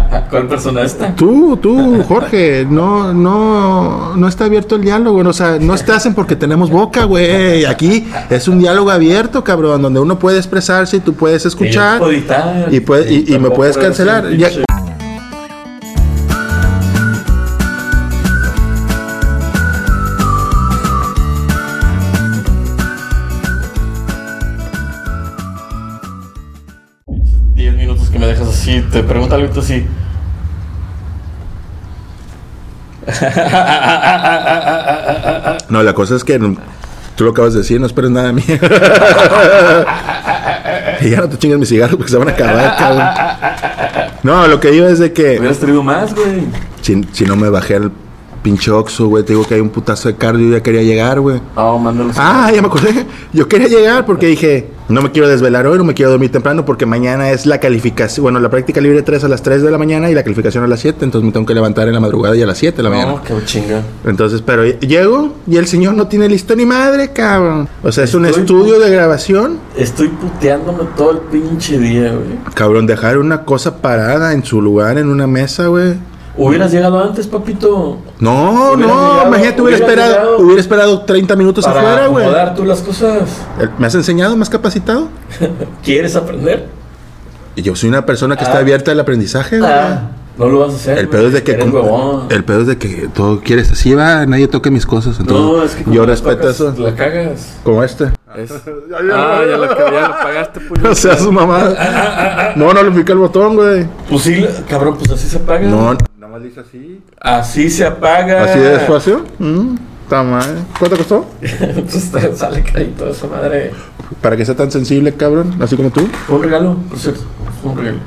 ¿Cuál persona está? Tú, tú, Jorge, no, no, no está abierto el diálogo, o sea, no estás en porque tenemos boca, güey. Aquí es un diálogo abierto, cabrón, donde uno puede expresarse y tú puedes escuchar. puedo editar. y, puede- y- y me Tampoco puedes eres cancelar. un Ya- pinche- Pinches 10 minutos que me dejas así, te pregunto algo y tú así. No, la cosa es que no- tú lo acabas de decir, no esperes nada de mí. y ya no te chingues mis cigarros porque se van a acabar, cabrón. No, lo que iba es de que Hubieras traído más, güey. si, si no me bajé al pinche Oxxo, güey, te digo que hay un putazo de cardio y ya quería llegar, güey. No, mándalos. Ah, ya me acordé. Yo quería llegar porque dije, no me quiero desvelar hoy, no me quiero dormir temprano porque mañana es la calificación, bueno, la práctica libre 3 a las 3 de la mañana y la calificación a las 7, entonces me tengo que levantar en la madrugada y a las 7 de la mañana. No, qué chinga. Entonces, pero llego y el señor no tiene listo ni madre, cabrón. O sea, es un Estoy- estudio de grabación. Estoy puteándome todo el pinche día, güey. Cabrón, dejar una cosa parada en su lugar, en una mesa, güey. Hubieras llegado antes, papito. No, Hubiera no, llegado, imagínate, hubiera, hubiera esperado, llegado. hubiera esperado 30 minutos para Pues afuera, güey. acomodar tú las cosas. El- ¿Me has enseñado? ¿Me has capacitado? ¿Quieres aprender? Y yo soy una persona que está Ah. abierta al aprendizaje, güey. Ah, no lo vas a hacer. El pedo es de que Eres como- huevón. el pedo es de que todo quieres así va, nadie toque mis cosas, entonces No, es que como yo la respeto tocas, eso. La cagas. Como este. Es- Ah, ya Ah, lo, ya lo pagaste, puño. O sea, su mamá. No, no le pica el botón, güey. Pues sí, la- cabrón, pues así se apaga. No, Nada más dice así. Así Ah. se apaga. así de despacio. Mm, está mal. ¿Cuánto costó? Entonces Pues te sale caído toda esa madre. Para que sea tan sensible, cabrón, así como tú. Fue un regalo, por cierto. Fue un regalo.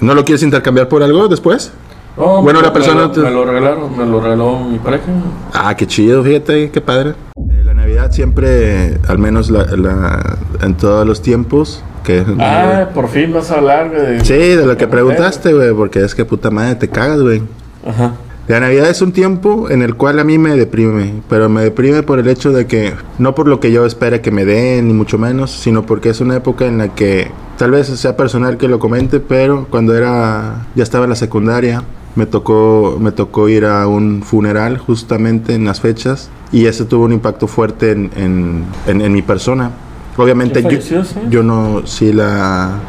¿No lo quieres intercambiar por algo después? No, Bueno, me- la persona Me lo, te- me lo regalaron, me lo regaló mi pareja. Ah, qué chido, fíjate, qué padre. Eh, la Navidad siempre, al menos la, la- en todos los tiempos, que es- Ah, por fin vas a hablar, güey. Sí, de lo Mujer. que eh. preguntaste, güey, porque es que puta madre te cagas, güey. Ajá. La Navidad es un tiempo en el cual a mí me deprime, pero me deprime por el hecho de que, no por lo que yo espera que me den, ni mucho menos, sino porque es una época en la que, tal vez sea personal que lo comente, pero cuando era, ya estaba en la secundaria, me tocó, me tocó ir a un funeral justamente en las fechas, y eso tuvo un impacto fuerte en, en, en- en mi persona. Obviamente ¿Quién yo, falleció, sí? yo no, sí la,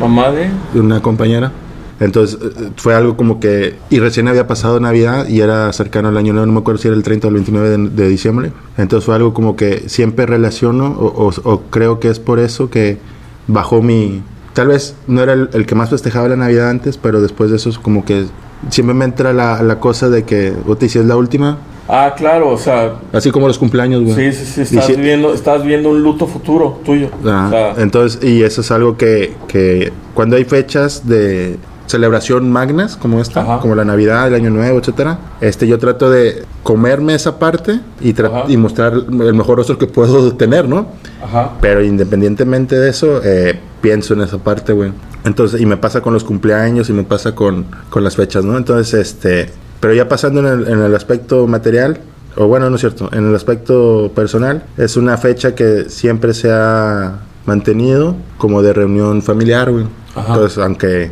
Mamá de. de una compañera. Entonces eh, fue algo como que... Y recién había pasado Navidad y era cercano al año nuevo, no me acuerdo si era el 30 o el 29 de, de diciembre. Entonces fue algo como que siempre relaciono o, o- o creo que es por eso que bajó mi... Tal vez no era el, el que más festejaba la Navidad antes, pero después de eso es como que siempre me entra la, la cosa de que, Uti, si es la última, Ah, claro, o sea, así como los cumpleaños, güey. sí, sí, sí, estás, Dici- viendo, estás viendo un luto futuro tuyo. Ajá. O sea, Entonces, y eso es algo que, que cuando hay fechas de celebración magnas como esta, Ajá. como la Navidad, el Año Nuevo, etcétera, este yo trato de comerme esa parte y, tra- Ajá. y mostrar el mejor rostro que puedo tener, ¿no? ajá. Pero independientemente de eso, eh, pienso en esa parte, güey. Entonces, y me pasa con los cumpleaños y me pasa con, con las fechas, ¿no? Entonces, este, pero ya pasando en el, en el aspecto material, o bueno, no es cierto, en el aspecto personal, es una fecha que siempre se ha mantenido como de reunión familiar, güey. Ajá. Entonces, aunque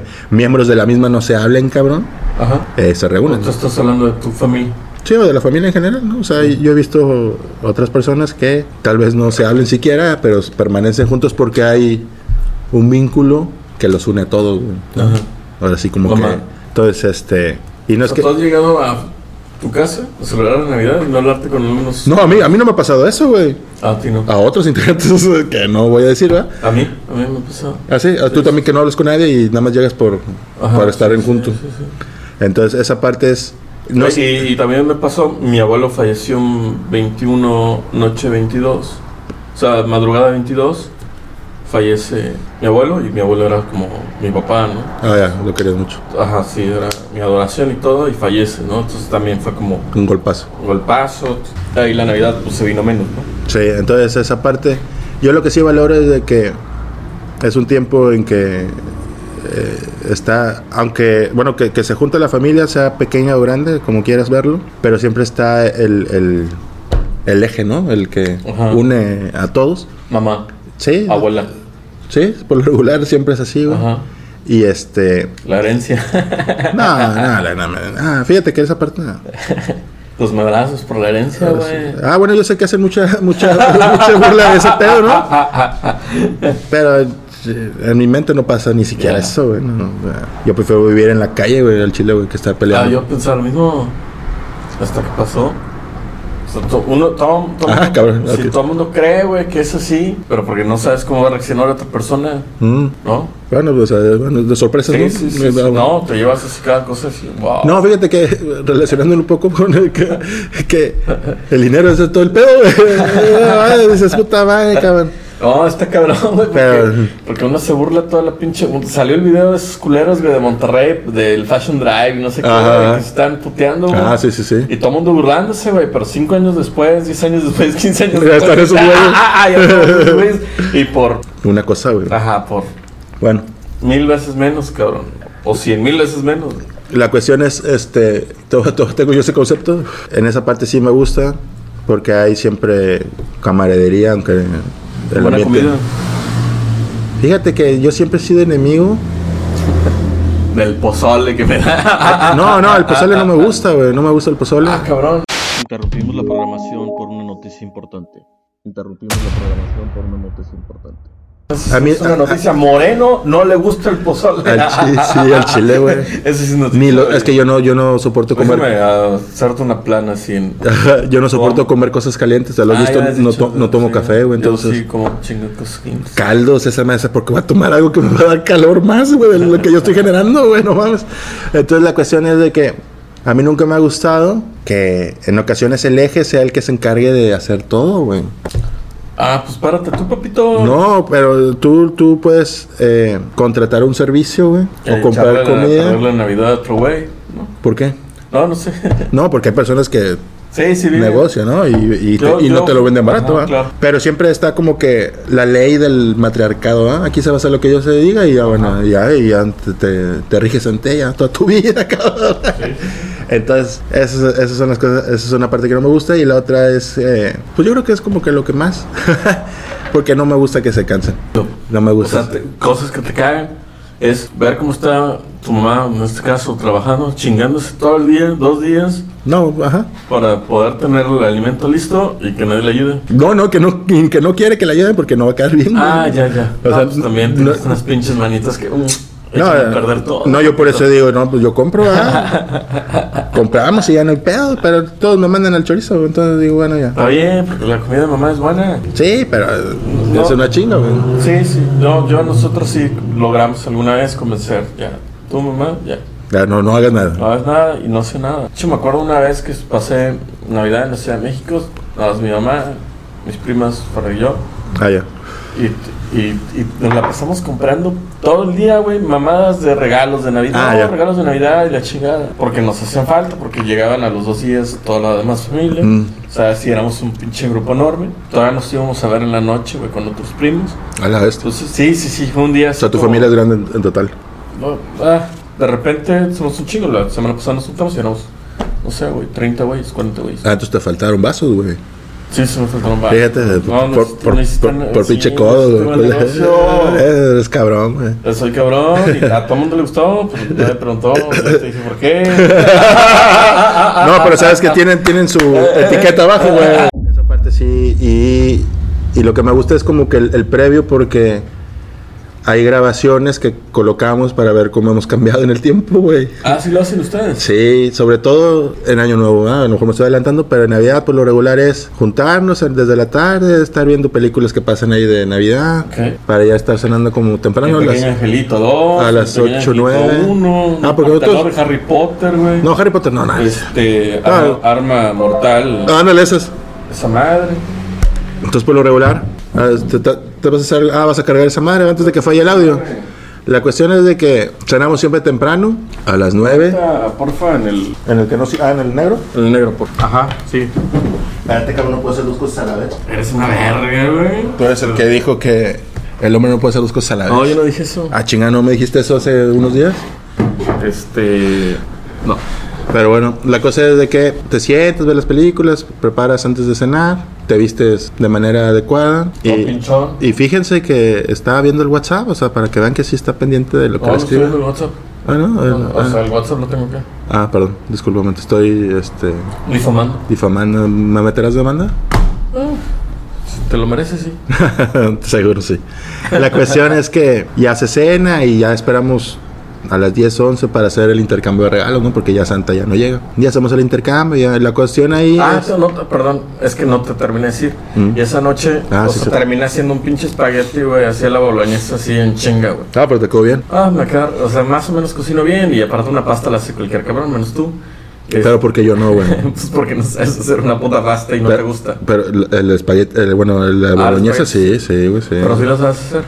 miembros de la misma no se hablen, cabrón, ajá. eh, se reúnen. Tú estás hablando de tu familia. Sí, o de la familia en general, ¿no? O sea, yo he visto otras personas que tal vez no se hablen siquiera, pero permanecen juntos porque hay un vínculo que los une a todos, güey. Ajá. Ahora sí, como Mamá. que. Entonces, este. Y no es que. ¿Tú has llegado a tu casa a celebrar la Navidad y no hablarte con algunos? No, a mí, a mí no me ha pasado eso, güey. A ti no. A otros integrantes que no voy a decir, ¿verdad? A mí, a mí me ha pasado. Así, tú también que no hablas con nadie y nada más llegas por, Ajá, para estar sí, en sí, juntos. sí, sí. Entonces, esa parte es. No, Oye, y, y también me pasó, mi abuelo falleció un 21, noche 22. O sea, madrugada 22, fallece mi abuelo y mi abuelo era como mi papá, ¿no? Ah, ya, lo querías mucho. Ajá, sí, era mi adoración y todo, y fallece, ¿no? Entonces también fue como Un golpazo. un golpazo. Ahí la Navidad pues, se vino menos, ¿no? Sí, entonces esa parte, yo lo que sí valoro es de que es un tiempo en que eh, está, aunque, bueno, que, que se junta la familia, sea pequeña o grande, como quieras verlo, pero siempre está el, el, el eje, ¿no? El que Ajá. une a todos. Mamá, Sí, abuela. sí, por lo regular siempre es así, güey. Ajá. Y este. La herencia. No, no, no, no, no, no. Fíjate que esa parte. no. Los madrazos por la herencia, güey. Ah, bueno, yo sé que hacen mucha, mucha, mucha burla de ese pedo, ¿no? Pero eh, en mi mente no pasa ni siquiera Ya. eso, güey. no, no, güey. yo prefiero vivir en la calle, güey, al chile, güey, que estar Ah, peleando. yo pensaba lo mismo hasta que pasó. O sea, to- uno, todo, todo- Ah, cabrón, sí, ok. todo el mundo cree, güey, que es así, pero porque no sabes cómo va a reaccionar otra persona, Mm. ¿no? Bueno, pues, eh, bueno, de sorpresas, Sí, ¿no? sí, sí, sí. No, te llevas así cada cosa así, wow. No, fíjate que relacionándolo un poco con el que, que el dinero es todo el pedo, güey. Ay, Dices, puta madre, cabrón. No, está cabrón, güey, porque, Pero- porque uno se burla toda la pinche... Salió el video de esos culeros, güey, de Monterrey, del Fashion Drive, no sé qué, Ajá. güey, que se están puteando, güey. Ah, sí, sí, sí. Y todo el mundo burlándose, güey, pero 5 años después, 10 años después, 15 años Ya después... están esos güeyes. ¡Ah, ah, ah! Ya están esos güeyes. Y por... Una cosa, güey. Ajá, por Bueno, mil veces menos, cabrón. O cien mil veces menos. güey. La cuestión es, este, todo, todo- tengo yo ese concepto. En esa parte sí me gusta, porque hay siempre camaradería, aunque el Buena ambiente- comida. Fíjate que yo siempre he sido enemigo. Del pozole que me da. No, no, el pozole no me gusta, güey. No me gusta el pozole. Ah, cabrón. Interrumpimos la programación por una noticia importante. Interrumpimos la programación por una noticia importante. A mí- es una a- noticia. Moreno no le gusta el pozole. Al chi- sí, al chile, güey. Eso sí es noticia. Ni lo- güey. es que yo no, yo no soporto Déjame comer. ah, hacerte una plana así en. yo no soporto ¿Cómo? comer cosas calientes. Te lo has Oh. Ah, visto, ya has no, dicho, to- no tomo sí. café, güey. Yo Entonces, Sí, como chingacos kings. caldos, esa mesa, porque voy a tomar algo que me va a dar calor más, güey, de lo que yo estoy generando, güey, no mames. Entonces la cuestión es de que a mí nunca me ha gustado que en ocasiones el eje sea el que se encargue de hacer todo, güey. Ah, pues párate tú, papito. No, pero tú, tú puedes eh, contratar un servicio, güey, o comprar comida. Eh, la Navidad a otro güey. ¿no? ¿Por qué? No, no sé. No, porque hay personas que sí, sí, vive. negocio, ¿no? Y, y te- Yo- y no yo- te lo venden barato, Ajá, ¿va? claro. Pero siempre está como que la ley del matriarcado, ¿va? Aquí se va a hacer lo que yo se diga y ya, bueno, ya, y ya te, te- te riges ante ella toda tu vida, cabrón. Entonces, esas, esas son las cosas, esa es una parte que no me gusta y la otra es, eh, pues yo creo que es como que lo que más, porque no me gusta que se cansen. No me O gusta. sea, te- cosas que te cagan es ver cómo está tu mamá, en este caso, trabajando, chingándose todo el día, dos días, no, ajá. para poder tener el alimento listo y que nadie le ayude. No, no, que no, que no quiere que la ayuden porque no va a quedar bien. Ah, güey. ya, ya. O O sea, pues también no- tienes unas pinches manitas que. Uh, No, echan a eh, perder todo. no, yo por eso digo, no, pues yo compro, ah. compramos y ya no hay pedo, pero todos me mandan al chorizo, entonces digo, bueno, ya. Está bien, porque la comida de mamá es buena. Sí, pero eh, No. es una chinga, güey. Sí, sí. No, yo, nosotros sí logramos alguna vez convencer. Ya, tu mamá, ya. Ya, no, no hagas nada. No hagas nada y no sé nada. Yo me acuerdo una vez que pasé Navidad en la Ciudad de México, nada más mi mamá, mis primas, para yo. Ah, ya. Y, y, y nos la pasamos comprando todo el día, güey, mamadas de regalos de Navidad. Ah, ya. regalos de Navidad y la chingada. Porque nos hacían falta, porque llegaban a los dos días toda la demás familia. Mm. O sea, si éramos un pinche grupo enorme. Todavía nos íbamos a ver en la noche, güey, con otros primos. A la bestia. Entonces, sí, sí, sí, fue un día. O sea, tu familia es grande en, en total. ah, de repente somos un chingo. La semana pasada nos juntamos y éramos, no sé, güey, 30 güeyes, 40 güeyes. Ah, entonces te faltaron vasos, güey. Sí, se me faltaron varios. Fíjate, por, por, por, por pinche codo, codo, güey. Eh, Eres cabrón, güey. Yo soy cabrón y a todo el mundo le gustó, pues me preguntó, yo te dije, ¿por qué? No, pero sabes que tienen, tienen su etiqueta abajo, güey. eh, Esa parte sí. Y, y lo que me gusta es como que el, el previo, porque hay grabaciones que colocamos para ver cómo hemos cambiado en el tiempo, güey. Ah, sí lo hacen ustedes. Sí, sobre todo en Año Nuevo, ¿verdad? a lo mejor me estoy adelantando, pero en Navidad por lo regular es juntarnos en- desde la tarde, estar viendo películas que pasan ahí de Navidad, Ok. para ya estar cenando como temprano. El a las- pequeño angelito 2, a las ocho, nueve. Ah, ah, porque porque nosotros- Harry Potter, güey. No, Harry Potter, no, nada. Este, Ah. arma, arma mortal, Ah, ándale, esas. esa madre. Entonces, por lo regular, ah, te, te- te vas a hacer- ah, vas a cargar esa madre antes de que falle el audio. La cuestión es de que cenamos siempre temprano, a las 9. Ah, porfa, en el, ¿En el que no Ah, en el negro. en el negro, porfa. Ajá, sí. Espérate, cabrón, no puedo hacer dos cosas a la vez. Eres una verga, güey. Tú eres el que dijo que el hombre no puede hacer dos cosas a la vez. No, yo no dije eso. Ah, chinga, ¿no me dijiste eso hace unos días? Este, no. Pero bueno, la cosa es de que te sientas, ves las películas, preparas antes de cenar, te vistes de manera adecuada. O Y, pinchón. y fíjense que estaba viendo el WhatsApp, o sea, para que vean que sí está pendiente de lo que Oh, le no estoy escribe. viendo el WhatsApp. Ah, no, No, ah, o sea, el WhatsApp lo tengo que. ah, perdón, discúlpame, te estoy este, Difamando. difamando. ¿Me meterás demanda? Ah. Si ¿Te lo mereces, sí? Seguro sí. La cuestión es que ya se cena y ya esperamos a las 10, 11 para hacer el intercambio de regalos, ¿no? Porque ya Santa ya no llega. Ya hacemos el intercambio, ya la cuestión ahí Ah, es... eso no, te- perdón, es que no te terminé de decir. Mm. Y esa noche, Ah, o sí, sea, sí. terminé haciendo un pinche espagueti, güey, hacía la boloñesa así en chinga, güey. Ah, pero te quedó bien. Ah, me queda, o sea, más o menos cocino bien y aparte una pasta la hace cualquier cabrón, menos tú. Que- Claro, porque yo no, güey. pues porque no sabes hacer una puta pasta y no te gusta. Pero el, el espagueti, el- bueno, la Ah, boloñesa los sí, sí, güey, sí. Pero si la sabes hacer.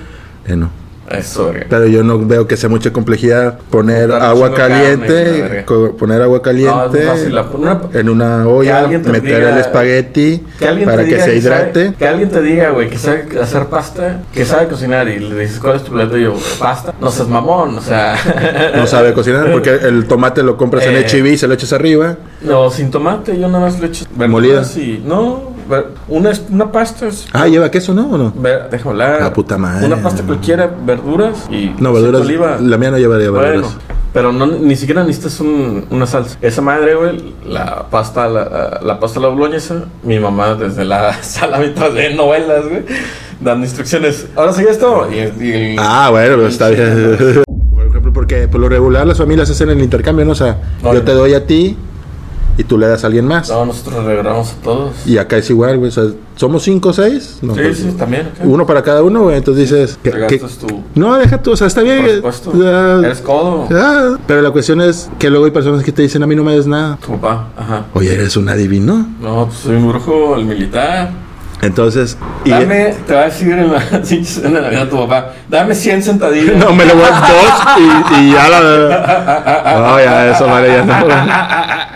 Eh, no. Eso, verga. Pero yo no veo que sea mucha complejidad poner Juntar un agua chingo de carne, la caliente, verga. co- poner agua No, Ah, es muy caliente fácil, la- una- en una olla, alguien te meter diga- el espagueti Que alguien para te que diga se sabe- hidrate. que alguien te diga, güey, que sabe hacer pasta, que sabe cocinar y le dices, ¿cuál es tu plato? Y yo, pasta. No seas mamón, o sea. No sabe cocinar porque el tomate lo compras en Eh. HIV y se lo echas arriba. No, sin tomate, yo nada más le echo. Molida. Sí, no. ver- Una, es- una pasta es. Ah, lleva queso, ¿no? ¿O no? ver- déjame hablar. La puta madre. Una pasta cualquiera, verduras y. No, aceite de verduras. oliva. La mía no llevaría verduras. Bueno, pero no, ni siquiera necesitas un- una salsa. Esa madre, güey, la pasta, la, la pasta a la boloñesa, mi mamá desde la sala mientras de novelas, güey, dando instrucciones. Ahora sigue esto. Y, y- Ah, bueno, pero está bien. Por ejemplo, porque por lo regular las familias hacen el intercambio, ¿no? O sea, No, yo no. te doy a ti y tú le das a alguien más. No, nosotros regalamos a todos. Y acá es igual, güey. O sea, somos cinco o seis. No, sí, pues, sí, también. acá. Uno para cada uno, güey. Entonces dices. Te ¿qué- qué- gastas tu No, deja tú, o sea, está bien. presupuesto. Ah, Eres codo. ah, pero la cuestión es que luego hay personas que te dicen a mí no me des nada. Tu papá, ajá. Oye, eres un adivino. No, pues soy un brujo, el militar. Entonces, y- Dame, te va a decir en la en la Navidad tu papá, dame 100 sentadillas. No, me lo voy a dos y, y ya la. No, ya eso vale, ya no. güey.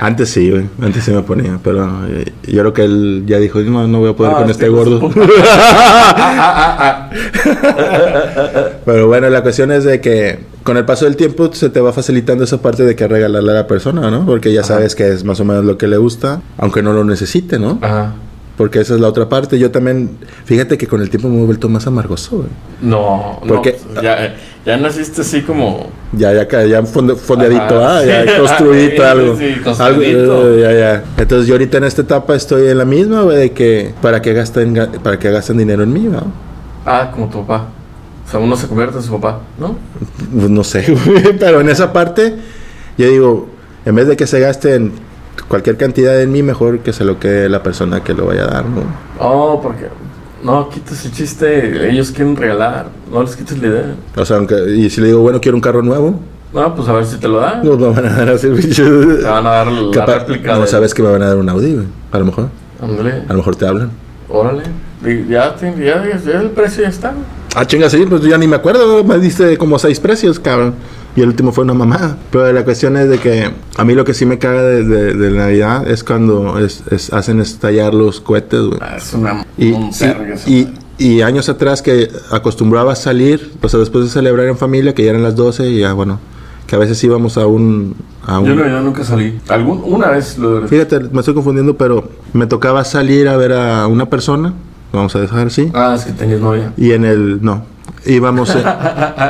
Antes sí, güey. Antes sí me ponía, pero eh, yo creo que él ya dijo: No, no voy a poder Ah, con este este hijo de gordo. su pero bueno, la cuestión es de que con el paso del tiempo se te va facilitando esa parte de que regalarle a la persona, ¿no? Porque ya sabes que es más o menos lo que le gusta, aunque no lo necesite, ¿no? Ajá. Porque esa es la otra parte. Yo también, fíjate que con el tiempo me he vuelto más amargoso, güey. No, no. pues, Porque- Ya, ya naciste así como. Ya, ya, ca- ya fonde- fondeadito, Ajá, ah, ya sí. construidito Sí, algo. sí, Algo, construidito. eh, ya, ya. Entonces yo ahorita en esta etapa estoy en la misma, güey, de que para que gasten ga- para que gasten dinero en mí, ¿no? Ah, como tu papá. O sea, uno se convierte en su papá, ¿no? Pues no sé, güey, pero en esa parte yo digo, en vez de que se gasten cualquier cantidad en mí, mejor que se lo quede la persona que lo vaya a dar, ¿no? Oh, porque. No, quites el chiste. Ellos quieren regalar. No les quites la idea. O sea, aunque y si le digo, bueno, quiero un carro nuevo, No, pues a ver si te lo dan. no me van a dar así, Te van a dar la Capaz- réplica. no de- sabes que me van a dar un Audi, güey. A lo mejor, Ándale, a lo mejor te hablan. órale. Y Ya, te- ya, ya el precio ya está. Ah, chinga, sí, pues ya ni me acuerdo, me diste como seis precios, cabrón. Y el último fue una mamada. Pero la cuestión es de que a mí lo que sí me caga de, de- de Navidad es cuando es- es- hacen estallar los cohetes, güey. Ah, es una. Y, un verga esa y- madre. y- y años atrás que acostumbraba a salir, o sea, después de celebrar en familia, que ya eran las 12 y ya, bueno, que a veces íbamos a un... A un Yo no, yo nunca salí. Algún, una vez lo de... Fíjate, me estoy confundiendo, pero me tocaba salir a ver a una persona, vamos a dejar así. Ah, es que tenías novia. Y en el. No. Íbamos. eh,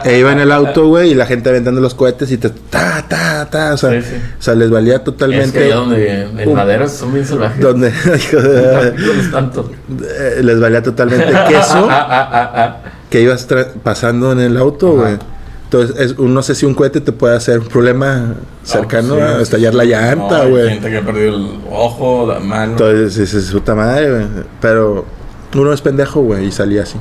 e iba en el auto, güey, y la gente aventando los cohetes y te. Ta, ta, ta. O sea, Sí, sí. o sea, les valía Es que totalmente. allá donde en Uh. maderas son bien salvajes. donde. hijo de- No es tanto. eh, les valía totalmente queso Ah, ah, ah, ah. que ibas tra- pasando en el auto, Ajá. güey. Entonces, es- un- no sé si un cohete te puede hacer un problema cercano Ah, sí, a sí, estallar sí. la No, llanta, hay güey. gente que ha perdido el ojo, la mano. Entonces, dices, puta madre, güey. Pero uno es pendejo, güey, y salía así.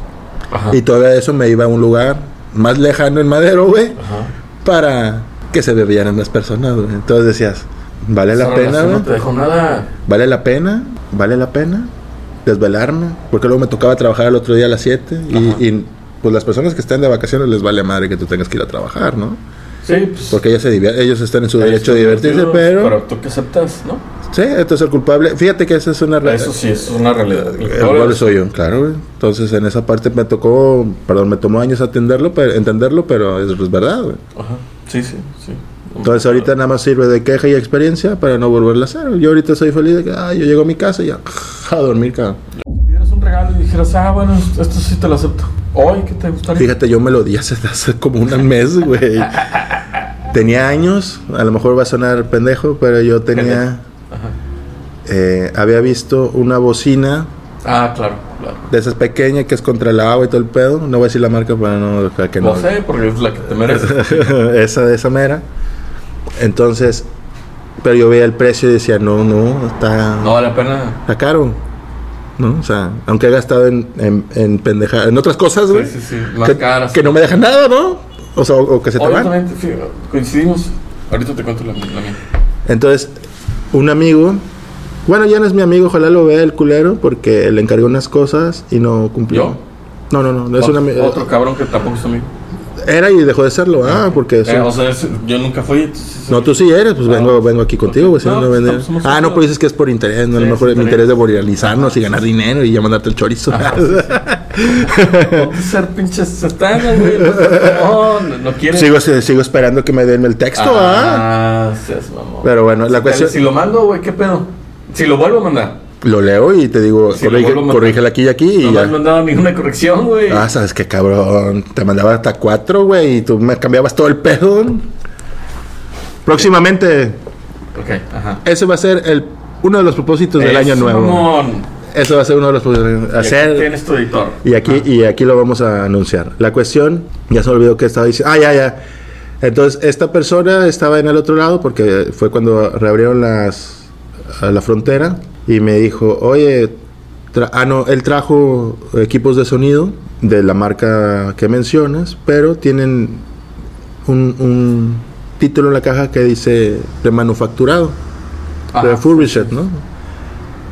Ajá. Y todavía eso me iba a un lugar más lejano en Madero, güey. Ajá. para que se bebieran las personas. güey. Entonces decías, ¿vale Esa la pena? relación güey? No te dejó nada. ¿Vale la pena? ¿Vale la pena? Desvelarme. Porque luego me tocaba trabajar el otro día a las 7 Ajá. y, y, pues las personas que están de vacaciones les vale madre que tú tengas que ir a trabajar, ¿no? Sí, pues. Porque ellos, se divier- ellos están en su ahí derecho están de divertirse, metidos, pero... Pero tú que aceptas, ¿no? Sí, entonces el culpable... Fíjate que esa es una... re- Eso sí, eso es una realidad. El culpable soy yo, claro, güey. Entonces en esa parte me tocó... Perdón, me tomó años atenderlo, pero, entenderlo, pero es verdad, güey. Ajá. Sí, sí, sí. Entonces ahorita nada más sirve de queja y experiencia para no volverla a hacer. Yo ahorita soy feliz de que ah, yo llego a mi casa y ya, a dormir, cabrón. Pidieras un regalo y dijeras, ah, bueno, esto sí te lo acepto. Hoy, ¿qué te gustaría? Fíjate, yo me lo di hace, hace como un mes, güey. Tenía años, a lo mejor va a sonar pendejo, pero yo tenía... eh, había visto una bocina Ah, claro, claro. de esas pequeñas que es contra el agua y todo el pedo. No voy a decir la marca para no... para que Lo no sé, porque es la que te mereces. esa de esa mera. Entonces, pero yo veía el precio y decía, no, no, está, No vale la pena. está caro. ¿No? O sea, aunque he gastado en, en, en pendeja- en otras cosas, Sí, güey. sí, sí. Más que, caras. que no me dejan nada, ¿no? O sea, o, o que se te van. Obviamente, sí, coincidimos. Ahorita te cuento la, la mía. Entonces, un amigo, bueno, ya no es mi amigo, ojalá lo vea el culero, porque le encargó unas cosas y no cumplió. ¿Yo? No, no, no, no es eh, un otro, ami- otro cabrón que tampoco es amigo. Era y dejó de serlo, ah, porque es Eh, un- o sea, es- yo nunca fui. entonces- No, tú sí eres, pues vengo, vengo aquí contigo, güey. si No, no, no pues, venden. somos- Ah, no, pero dices que es por interés, no, a Sí, lo mejor es mi interés. interés de borealizarnos y ganar dinero y ya mandarte el chorizo. Ponte a ser pinches satanas, güey. No, no, no quieres. sigo, sigo esperando que me den el texto, ah. Ah, seas mamón. Pero bueno, la Si- cuestión. Si lo mando, güey, ¿qué pedo? Si lo vuelvo a mandar. Lo leo y te digo, Si lo corrige- vuelvo a mandar. corrígela aquí y aquí y no me ya. has mandado ninguna corrección, güey. Ah, sabes qué cabrón. Te mandaba hasta cuatro, güey, y tú me cambiabas todo el pedo. Próximamente, ok, ajá. ese va a ser el, uno de los propósitos del Es año nuevo. mamón. Eso va a ser uno de los propósitos. Y aquí Hacer. Tienes tu editor. Y aquí, Ah. y aquí lo vamos a anunciar. La cuestión, ya se me olvidó que estaba diciendo. Ah, ya, ya. Entonces, esta persona estaba en el otro lado porque fue cuando reabrieron las, a la frontera y me dijo, oye, tra- ah, no, él trajo equipos de sonido de la marca que mencionas, pero tienen un, un título en la caja que dice remanufacturado, Ajá. refurbished, ¿no?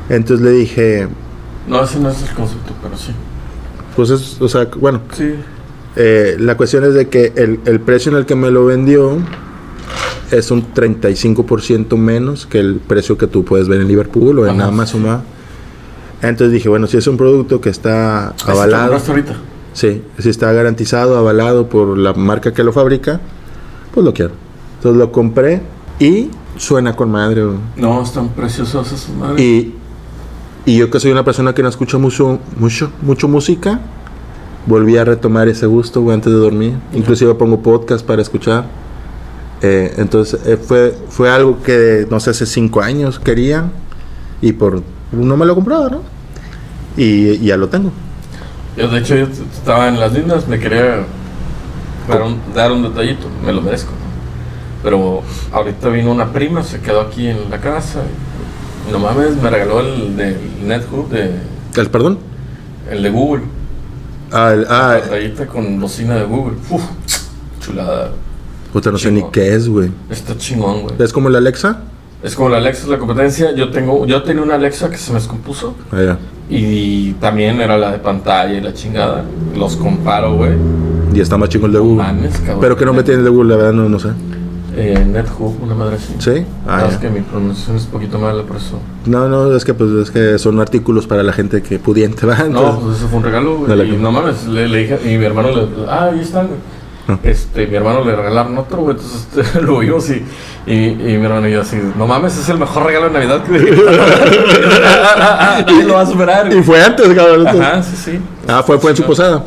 Entonces le dije, No, ese no es el concepto, pero sí. pues es, o sea, bueno, Sí. Eh, la cuestión es de que el, el precio en el que me lo vendió es un 35% menos que el precio que tú puedes ver en Liverpool o en Ajá. Amazon. ¿verdad? Entonces dije, bueno, si es un producto que está Ese te avalado, compraste ahorita. sí, si está garantizado, avalado por la marca que lo fabrica, pues lo quiero. Entonces lo compré y suena con madre. güey. No, están preciosos esos madres. Y, y yo que soy una persona que no escucha mucho, mucho, mucho música, volví a retomar ese gusto, güey, antes de dormir. Inclusive pongo podcast para escuchar. Eh, entonces eh, fue, fue algo que, no sé, hace cinco años quería y por no me lo compraba, ¿no? Y, y ya lo tengo. Yo, de hecho, yo t- estaba en las lindas, me quería dar un, dar un detallito, me lo merezco. Pero ahorita vino una prima, se quedó aquí en la casa. y no mames, me regaló el de NetHub, de, ¿El perdón? el de Google. Ah, el- ah, Pantallita con bocina de Google. Uf, chulada. puta, no sé ni Chingón. qué es, güey. Está chingón, güey. ¿Es como la Alexa? Es como la Alexa, es la competencia. Yo tengo, yo tenía una Alexa que se me descompuso. Ah, ya. Y también era la de pantalla y la chingada. Los comparo, güey. Y está más chingo el de Google. Mames, cabrón. Pero que no me tiene el de Google, la verdad, no, no sé. Eh, NetHub, una madre así. ¿Sí? Ah, Ah, ya. es que mi pronunciación es un poquito mala, por eso. No, no, es que pues es que son artículos para la gente que pudiente, ¿va? No, Entonces, pues eso fue un regalo, güey. No le y creo. no mames, le, le dije, y mi hermano le. Ah, ahí están, güey. Ah. Este, mi hermano le regalaron otro, güey. Entonces este, lo vimos y, y, y mi hermano y yo así, no mames, es el mejor regalo de Navidad que Nadie lo va a superar, Y güey. fue antes, cabrón. entonces. Ajá, sí, sí. Ah, fue, fue en su posada.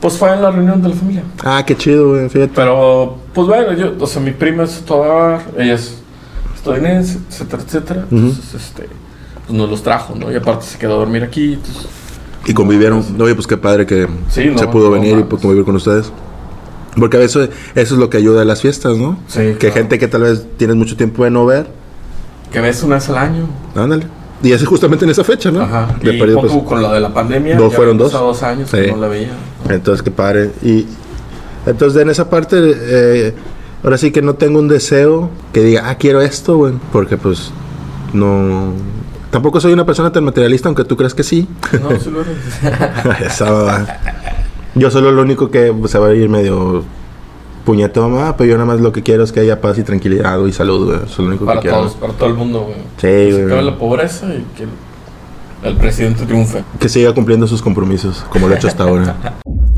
Pues fue en la reunión de la familia. Ah, qué chido, güey, fíjate. Pero, pues bueno, yo, o sea, mi prima es toda, ella es estadounidense, etcétera, etcétera. Entonces, este, pues nos los trajo, ¿no? Y aparte se quedó a dormir aquí, entonces, Y convivieron. Oye, pues qué padre que Sí, no, se pudo no venir y mames. pues, convivir con ustedes. Porque a veces eso es lo que ayuda a las fiestas, ¿no? Sí, Que claro. gente que tal vez tienes mucho tiempo de no ver, que ves una vez al año. ándale. Y es justamente en esa fecha, ¿no? Ajá. De y perdido, pon pues. tú con lo de la pandemia. dos ya fueron habían pasado dos. dos años Sí. que no la veía. Entonces, qué padre. Y entonces, en esa parte, eh, ahora sí que no tengo un deseo que diga, ah, quiero esto, güey. Porque, pues, no. Tampoco soy una persona tan materialista, aunque tú creas que sí. No, sí lo eres. Pues, Esa va. Yo solo lo único que pues, se va a ir medio puñetón, mamá, pero yo nada más lo que quiero es que haya paz y tranquilidad güey, y salud, güey. Eso es lo único para que quiero. todos, para todo el mundo, güey. Sí, Se acabe güey. la pobreza y que el, el presidente triunfe. Que siga cumpliendo sus compromisos, como lo he hecho hasta ahora.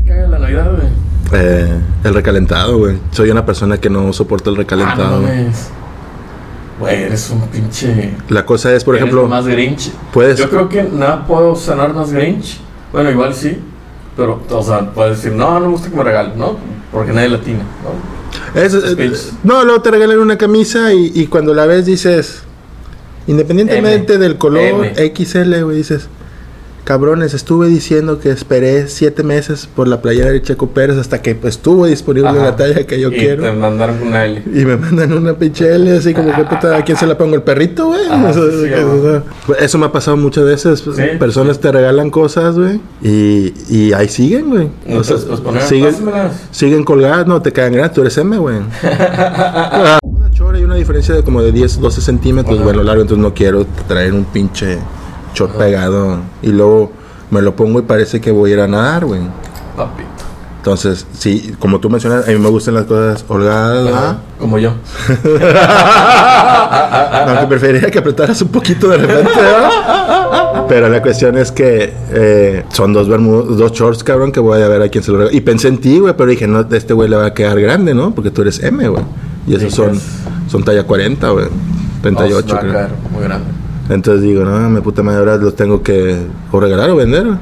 Te caga la Navidad, güey. Eh, el recalentado, güey. Soy una persona que no soporta el Ah, no recalentado. mames. Güey, eres un pinche. la cosa es, por eres ejemplo, lo más Grinch. puedes. Yo creo que nada puedo sanar más Grinch. Bueno, igual sí. Pero, o sea, puedes decir, no, no me gusta que me regalen, ¿no? Porque nadie latina, ¿no? es- es eh, pinches. no, luego te regalan una camisa y, y cuando la ves dices, independientemente M, del color M. XL, güey, dices, cabrones, estuve diciendo que esperé siete meses por la playera del Checo Pérez hasta que pues, estuvo disponible Ajá. la talla que yo y quiero. Te mandaron una L. Y me mandan una pinche L así como que puta, ¿a quién se la pongo el perrito, güey? Ah, O sea, sí, sí, que- ah. o sea, pues, eso me ha pasado muchas veces. pues, Sí. Personas te regalan cosas, güey. Y, y ahí siguen, güey. O sea, Entonces, pues poner, siguen, pásamelas. siguen colgadas, no, te caen grandes, tú eres M, güey. Ah, Una chora y una diferencia de como de 10, 12 centímetros, Ajá. güey, lo largo, entonces no quiero traer un pinche short pegado. Y luego me lo pongo y parece que voy a ir a nadar, güey. Papito. Entonces, sí, como tú mencionas, a mí me gustan las cosas holgadas. Ajá, Como yo. Ah, Aunque preferiría que apretaras un poquito de repente, ¿verdad? Pero la cuestión es que eh, son dos bermu- dos shorts, cabrón, que voy a ver a quién se lo regalo. Y pensé en ti, güey, pero dije, no, este güey le va a quedar grande, ¿no? Porque tú eres M, güey. Y esos Sí, son, yes. son talla 40, güey. 38, Os va a creo. caer Muy grande. Entonces digo, no, me puta madre, ahora los tengo que o regalar o vender. güey.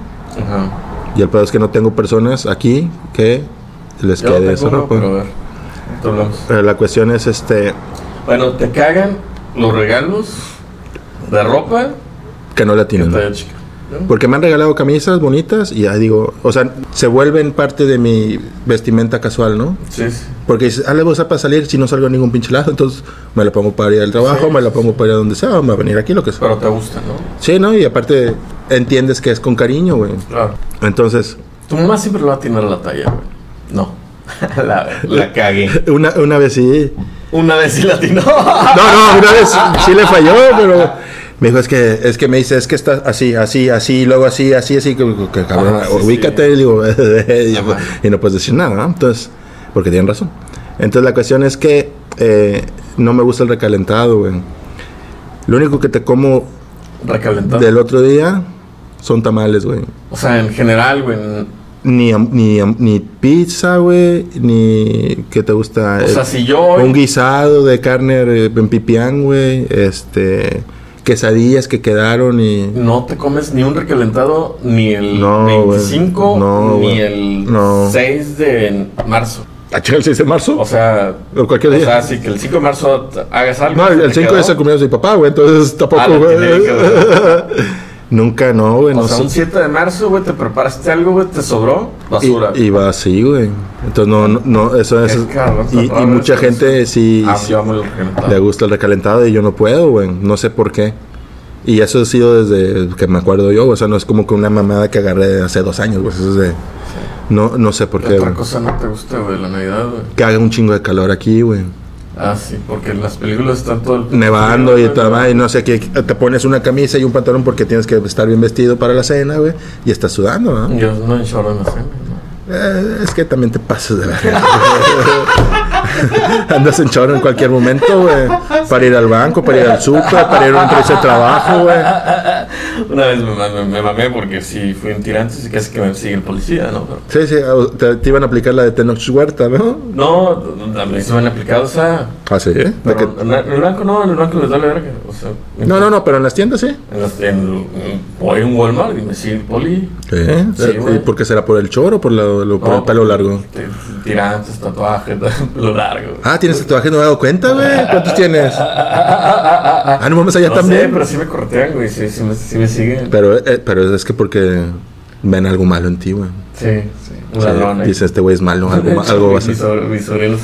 Ajá. Y el pedo es que no tengo personas aquí que les Yo quede te esa ropa. pero a ver. Ahorita hablamos. Eh, la cuestión es, este, Bueno, te cagan los regalos de ropa que no la que tienen. te ¿no? haya chica. Porque me han regalado camisas bonitas y ya digo, o sea, se vuelven parte de mi vestimenta casual, ¿no? Sí, sí. Porque dices, ah, le voy a usar para salir si no salgo a ningún pinche lado, entonces me la pongo para ir al trabajo, Sí. me la pongo para ir a donde sea, o me va a venir aquí, lo que sea. Pero te gusta, ¿no? Sí, ¿no? Y aparte entiendes que es con cariño, güey. Claro. Entonces, Tu mamá siempre lo va a atinar a la talla, güey. No. la, la cagué. una, una vez sí. Una vez sí la atinó. No, no, una vez sí le falló, pero me dijo, es que, es que me dice, es que está así, así, así, luego así, así, así, que, que, cabrón, Ajá, Ah, sí, ubícate, y digo, y, ya, Ajá. y no puedes decir nada, ¿no? Entonces, porque tienen razón. Entonces la cuestión es que eh, no me gusta el recalentado, güey. Lo único que te como Recalentado. del otro día son tamales, güey. O sea, en general, güey. n- Ni, am- ni, am- ni pizza, güey, ni... ¿Qué te gusta? O El- sea, si yo hoy. Eh, un guisado de carne eh, en pipián, güey. Este. Quesadillas que quedaron y. No te comes ni un recalentado, ni el No, güey. 25, No, ni güey. el No. 6 de marzo. ¿A el 6 de marzo? O sea, O cualquier o día. sea, sí que el 5 de marzo t- hagas algo. no, el, se el te 5 quedó. es el cumpleaños de mi papá, güey. Entonces Ah, tampoco, lo güey. tiene que ver. Nunca, no, güey. O No sea, un sé. 7 de marzo, güey, te preparaste algo, güey, te sobró Y, basura. y va así, güey. Entonces, no, no, no, eso es. Es caro, está y, y raro mucha eso, gente sí, ah, sí yo amo el recalentado. le gusta el recalentado y yo no puedo, güey. No sé por qué. Y eso ha sido desde que me acuerdo yo, güey. O sea, no es como que una mamada que agarré hace dos años, güey. Eso es de. No, no sé por ¿Qué qué, otra güey. cosa no te gusta, güey, la Navidad, güey? que haga un chingo de calor aquí, güey. Ah, sí, porque en las películas están todo el... Nevando y güey, todo, y no sé qué. Te pones una camisa y un pantalón porque tienes que estar bien vestido para la cena, güey. Y estás sudando, ¿no? Yo no en short en la cena, ¿no? Eh, es que también te pasas de verga. Andas en chorro en cualquier momento, güey. Para ir al banco, para ir al súper, para ir a una empresa de trabajo, güey. Una vez me, ma- me- me mamé porque sí fui en tirantes y casi que me sigue el policía, ¿no? Pero- Sí, sí, o- te, te iban a aplicar la de Tenoch Huerta, ¿no? no, a mí se me han aplicado, o sea... Ah, sí, ¿eh? De pero que- en en el banco no, en el banco les da la verga, o sea... No, no, no, pero en las tiendas sí. En las- en- en- voy a un Walmart y me sigue el poli, ¿Eh? Sí, Eh, güey. ¿Y por qué será? ¿Por el choro o por, la- lo- por No, el pelo largo? t- tirantes, tatuajes, pelo largo. Ah, tienes tatuaje, no me he dado cuenta, güey. ¿Cuántos tienes? Ah, Ah, no mames, allá no también. sé, pero sí me cortean, güey. Sí, sí me, sí me siguen. Pero, eh, pero es que porque ven algo malo en ti, güey. Sí, sí. Un O sea, ladrón. ahí. dice este güey es malo, algo, ma- Sí, algo va a mi, hacer. sobr- mis sobrinos,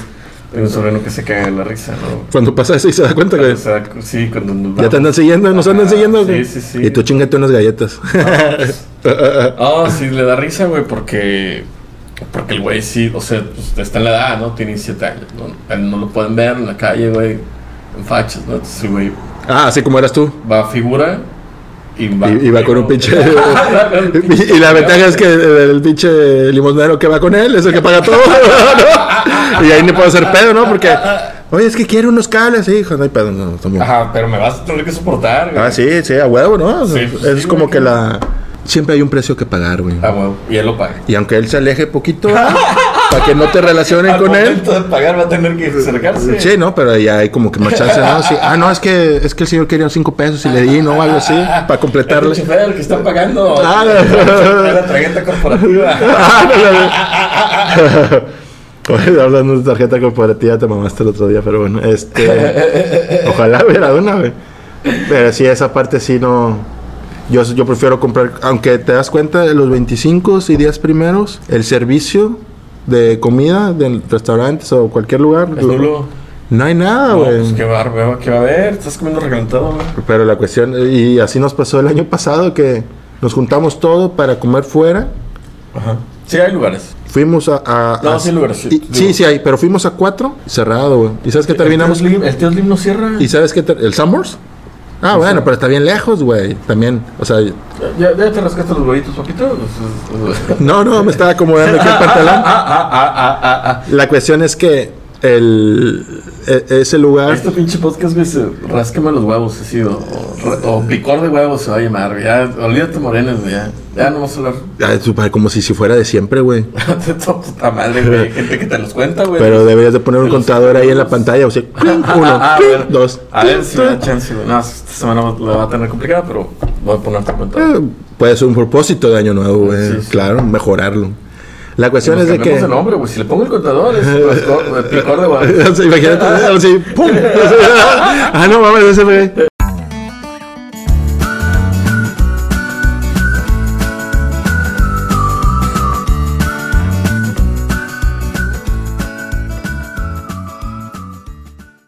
tengo un sobrino que se caga de la risa, ¿no? Cuando pasa eso y se da cuenta, güey. O sea, cu- sí, cuando nos Ya te andan vamos. siguiendo, nos andan Ah, siguiendo, sí, güey. sí, sí. Y tú chingate unas galletas. Ah, sí, le da risa, güey, porque. Porque el güey sí, o sea, pues, está en la edad, ¿no? Tiene 7 años, ¿no? No lo pueden ver en la calle, güey, en fachas, ¿no? Entonces el güey ah, así como eras tú. va a figura y va, Y, y va con un pinche. Va con un pinche y, y la cuidado, ventaja es güey. que el, el pinche limonero que va con él es el que paga todo, ¿no? Y ahí no puedo hacer pedo, ¿no? Porque, oye, es que quiero unos cables, hijo. No hay pedo, no, está bien. Ajá, pero me vas a tener que soportar, güey. Ah, sí, sí, a huevo, ¿no? Sí, es pues sí, como güey. que la. Siempre hay un precio que pagar, güey. Ah, bueno, y él lo paga. Y aunque él se aleje poquito, para que no te relacionen Al con él. momento de pagar va a tener que acercarse. Sí, no, pero ya hay como que más chance, ¿no? Sí, Ah, no, es que, es que el señor quería cinco pesos y le di, ¿no? Algo así, para El completarle. chofer que está pagando Ah, no. la tarjeta corporativa. Oye, hablando de tarjeta corporativa, te mamaste el otro día, pero bueno, este. ojalá hubiera una, güey. Pero sí, esa parte sí no. Yo, yo prefiero comprar, aunque te das cuenta, de los 25 y 10 primeros, el servicio de comida de restaurantes o cualquier lugar, Es nulo. no hay nada, No, güey. pues qué barba, qué va a haber. Estás comiendo recalentado, güey. Pero la cuestión, y así nos pasó el año pasado, que nos juntamos todo para comer fuera. Ajá. Sí, hay lugares. Fuimos a. a- No, a- sí hay lugares. Sí, y- digo. sí, sí hay, pero fuimos a cuatro, cerrado, güey. ¿Y sabes qué terminamos? El tío Slim, el tío Slim este no cierra. ¿Y sabes qué? ter- ¿El Summers? Ah, bueno, pero está bien lejos, güey. También, o sea, ¿Ya, ya te rascaste los huevitos poquito? no, no, me estaba acomodando aquí el pantalón. Ah, ah, ah, ah, ah, La cuestión es que el, e- ese ah. lugar. Este pinche podcast, güey, se ráscame los huevos, así, o, o, o picor de huevos se va a llamar, güey. Ya, olvídate morenes, güey. Ya, ya no vamos a hablar. ay, su padre, Como si, si fuera de siempre, güey. de tu puta madre, güey. Gente que te los cuenta, güey. Pero deberías de poner un Pero sí. contador ahí en la pantalla. O sea, uno, Ah, a ver, dos. A ver si me da chance, güey. No, esta semana la va a tener complicada, pero voy a poner tu cuenta. Eh, Puede ser un propósito de año nuevo, güey. Sí, sí. Claro, mejorarlo. La cuestión Nos es de que. cambiamos el nombre, güey. Si le pongo el contador, es rasco- picor de huevos. O sea, Imagínate, así, ¡pum! ah, no, mames, ese fue.